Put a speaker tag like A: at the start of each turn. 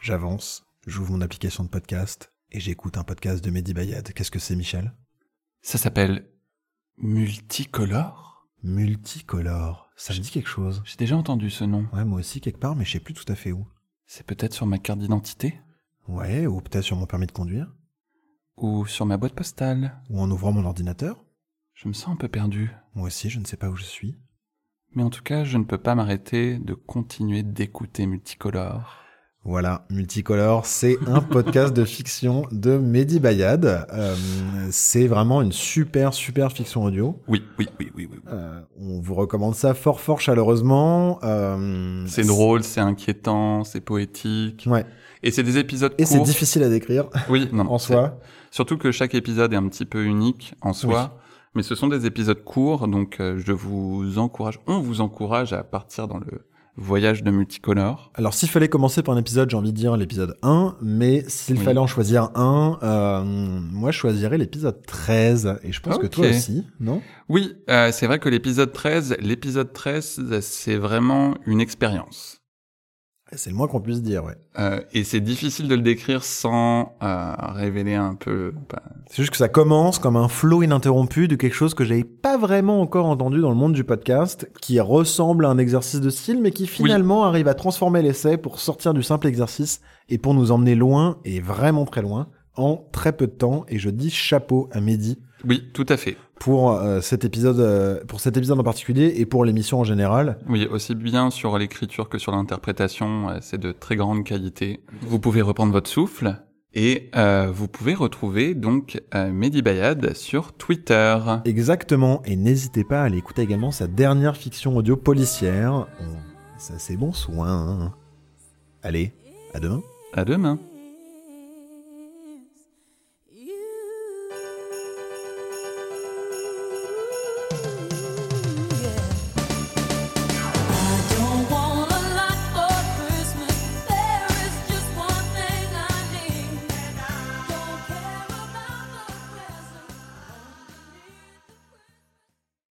A: J'avance, j'ouvre mon application de podcast et j'écoute un podcast de Mehdi Bayad. Qu'est-ce que c'est, Michel
B: Ça s'appelle Multicolore
A: Multicolore. Ça me dit quelque chose.
B: J'ai déjà entendu ce nom.
A: Ouais, moi aussi, quelque part, mais je sais plus tout à fait où.
B: C'est peut-être sur ma carte d'identité
A: Ouais, ou peut-être sur mon permis de conduire
B: Ou sur ma boîte postale
A: Ou en ouvrant mon ordinateur
B: Je me sens un peu perdu.
A: Moi aussi, je ne sais pas où je suis.
B: Mais en tout cas, je ne peux pas m'arrêter de continuer d'écouter Multicolore.
A: Voilà, Multicolore, c'est un podcast de fiction de Mehdi Bayad. Euh, c'est vraiment une super, super fiction audio.
B: Oui, oui, oui, oui. oui.
A: Euh, on vous recommande ça fort, fort chaleureusement. Euh,
B: C'est drôle, c'est inquiétant, c'est poétique.
A: Ouais.
B: Et c'est des épisodes
A: Et c'est
B: courts.
A: difficile à décrire
B: Oui, non,
A: en
B: c'est-
A: soi.
B: Surtout que chaque épisode est un petit peu unique en soi. Mais ce sont des épisodes courts, donc euh, je vous encourage, on vous encourage à partir dans le voyage de multicolore.
A: Alors, s'il fallait commencer par un épisode, j'ai envie de dire l'épisode 1, mais s'il
B: Oui.
A: fallait en choisir un, euh, moi, je choisirais l'épisode 13, et je pense que toi
B: Ok.
A: aussi, non
B: Oui, euh, c'est vrai que l'épisode 13, l'épisode 13, c'est vraiment une expérience.
A: C'est le moins qu'on puisse dire, ouais.
B: Euh, et c'est difficile de le décrire sans euh, révéler un peu. bah,
A: C'est juste que ça commence comme un flot ininterrompu de quelque chose que j'avais pas vraiment encore entendu dans le monde du podcast, qui ressemble à un exercice de style, mais qui finalement arrive à transformer l'essai pour sortir du simple exercice et pour nous emmener loin, et vraiment très loin, en très peu de temps. Et je dis chapeau à Mehdi
B: Oui, tout à fait.
A: pour euh, cet épisode, euh, pour cet épisode en particulier et pour l'émission en général.
B: Oui, aussi bien sur l'écriture que sur l'interprétation, euh, c'est de très grande qualité. Vous pouvez reprendre votre souffle et euh, vous pouvez retrouver donc euh, Mehdi Bayad sur Twitter.
A: Exactement, et n'hésitez pas à aller écouter également sa dernière fiction audio policière. On- Ça c'est bon soin. hein. Allez, à demain.
B: À demain.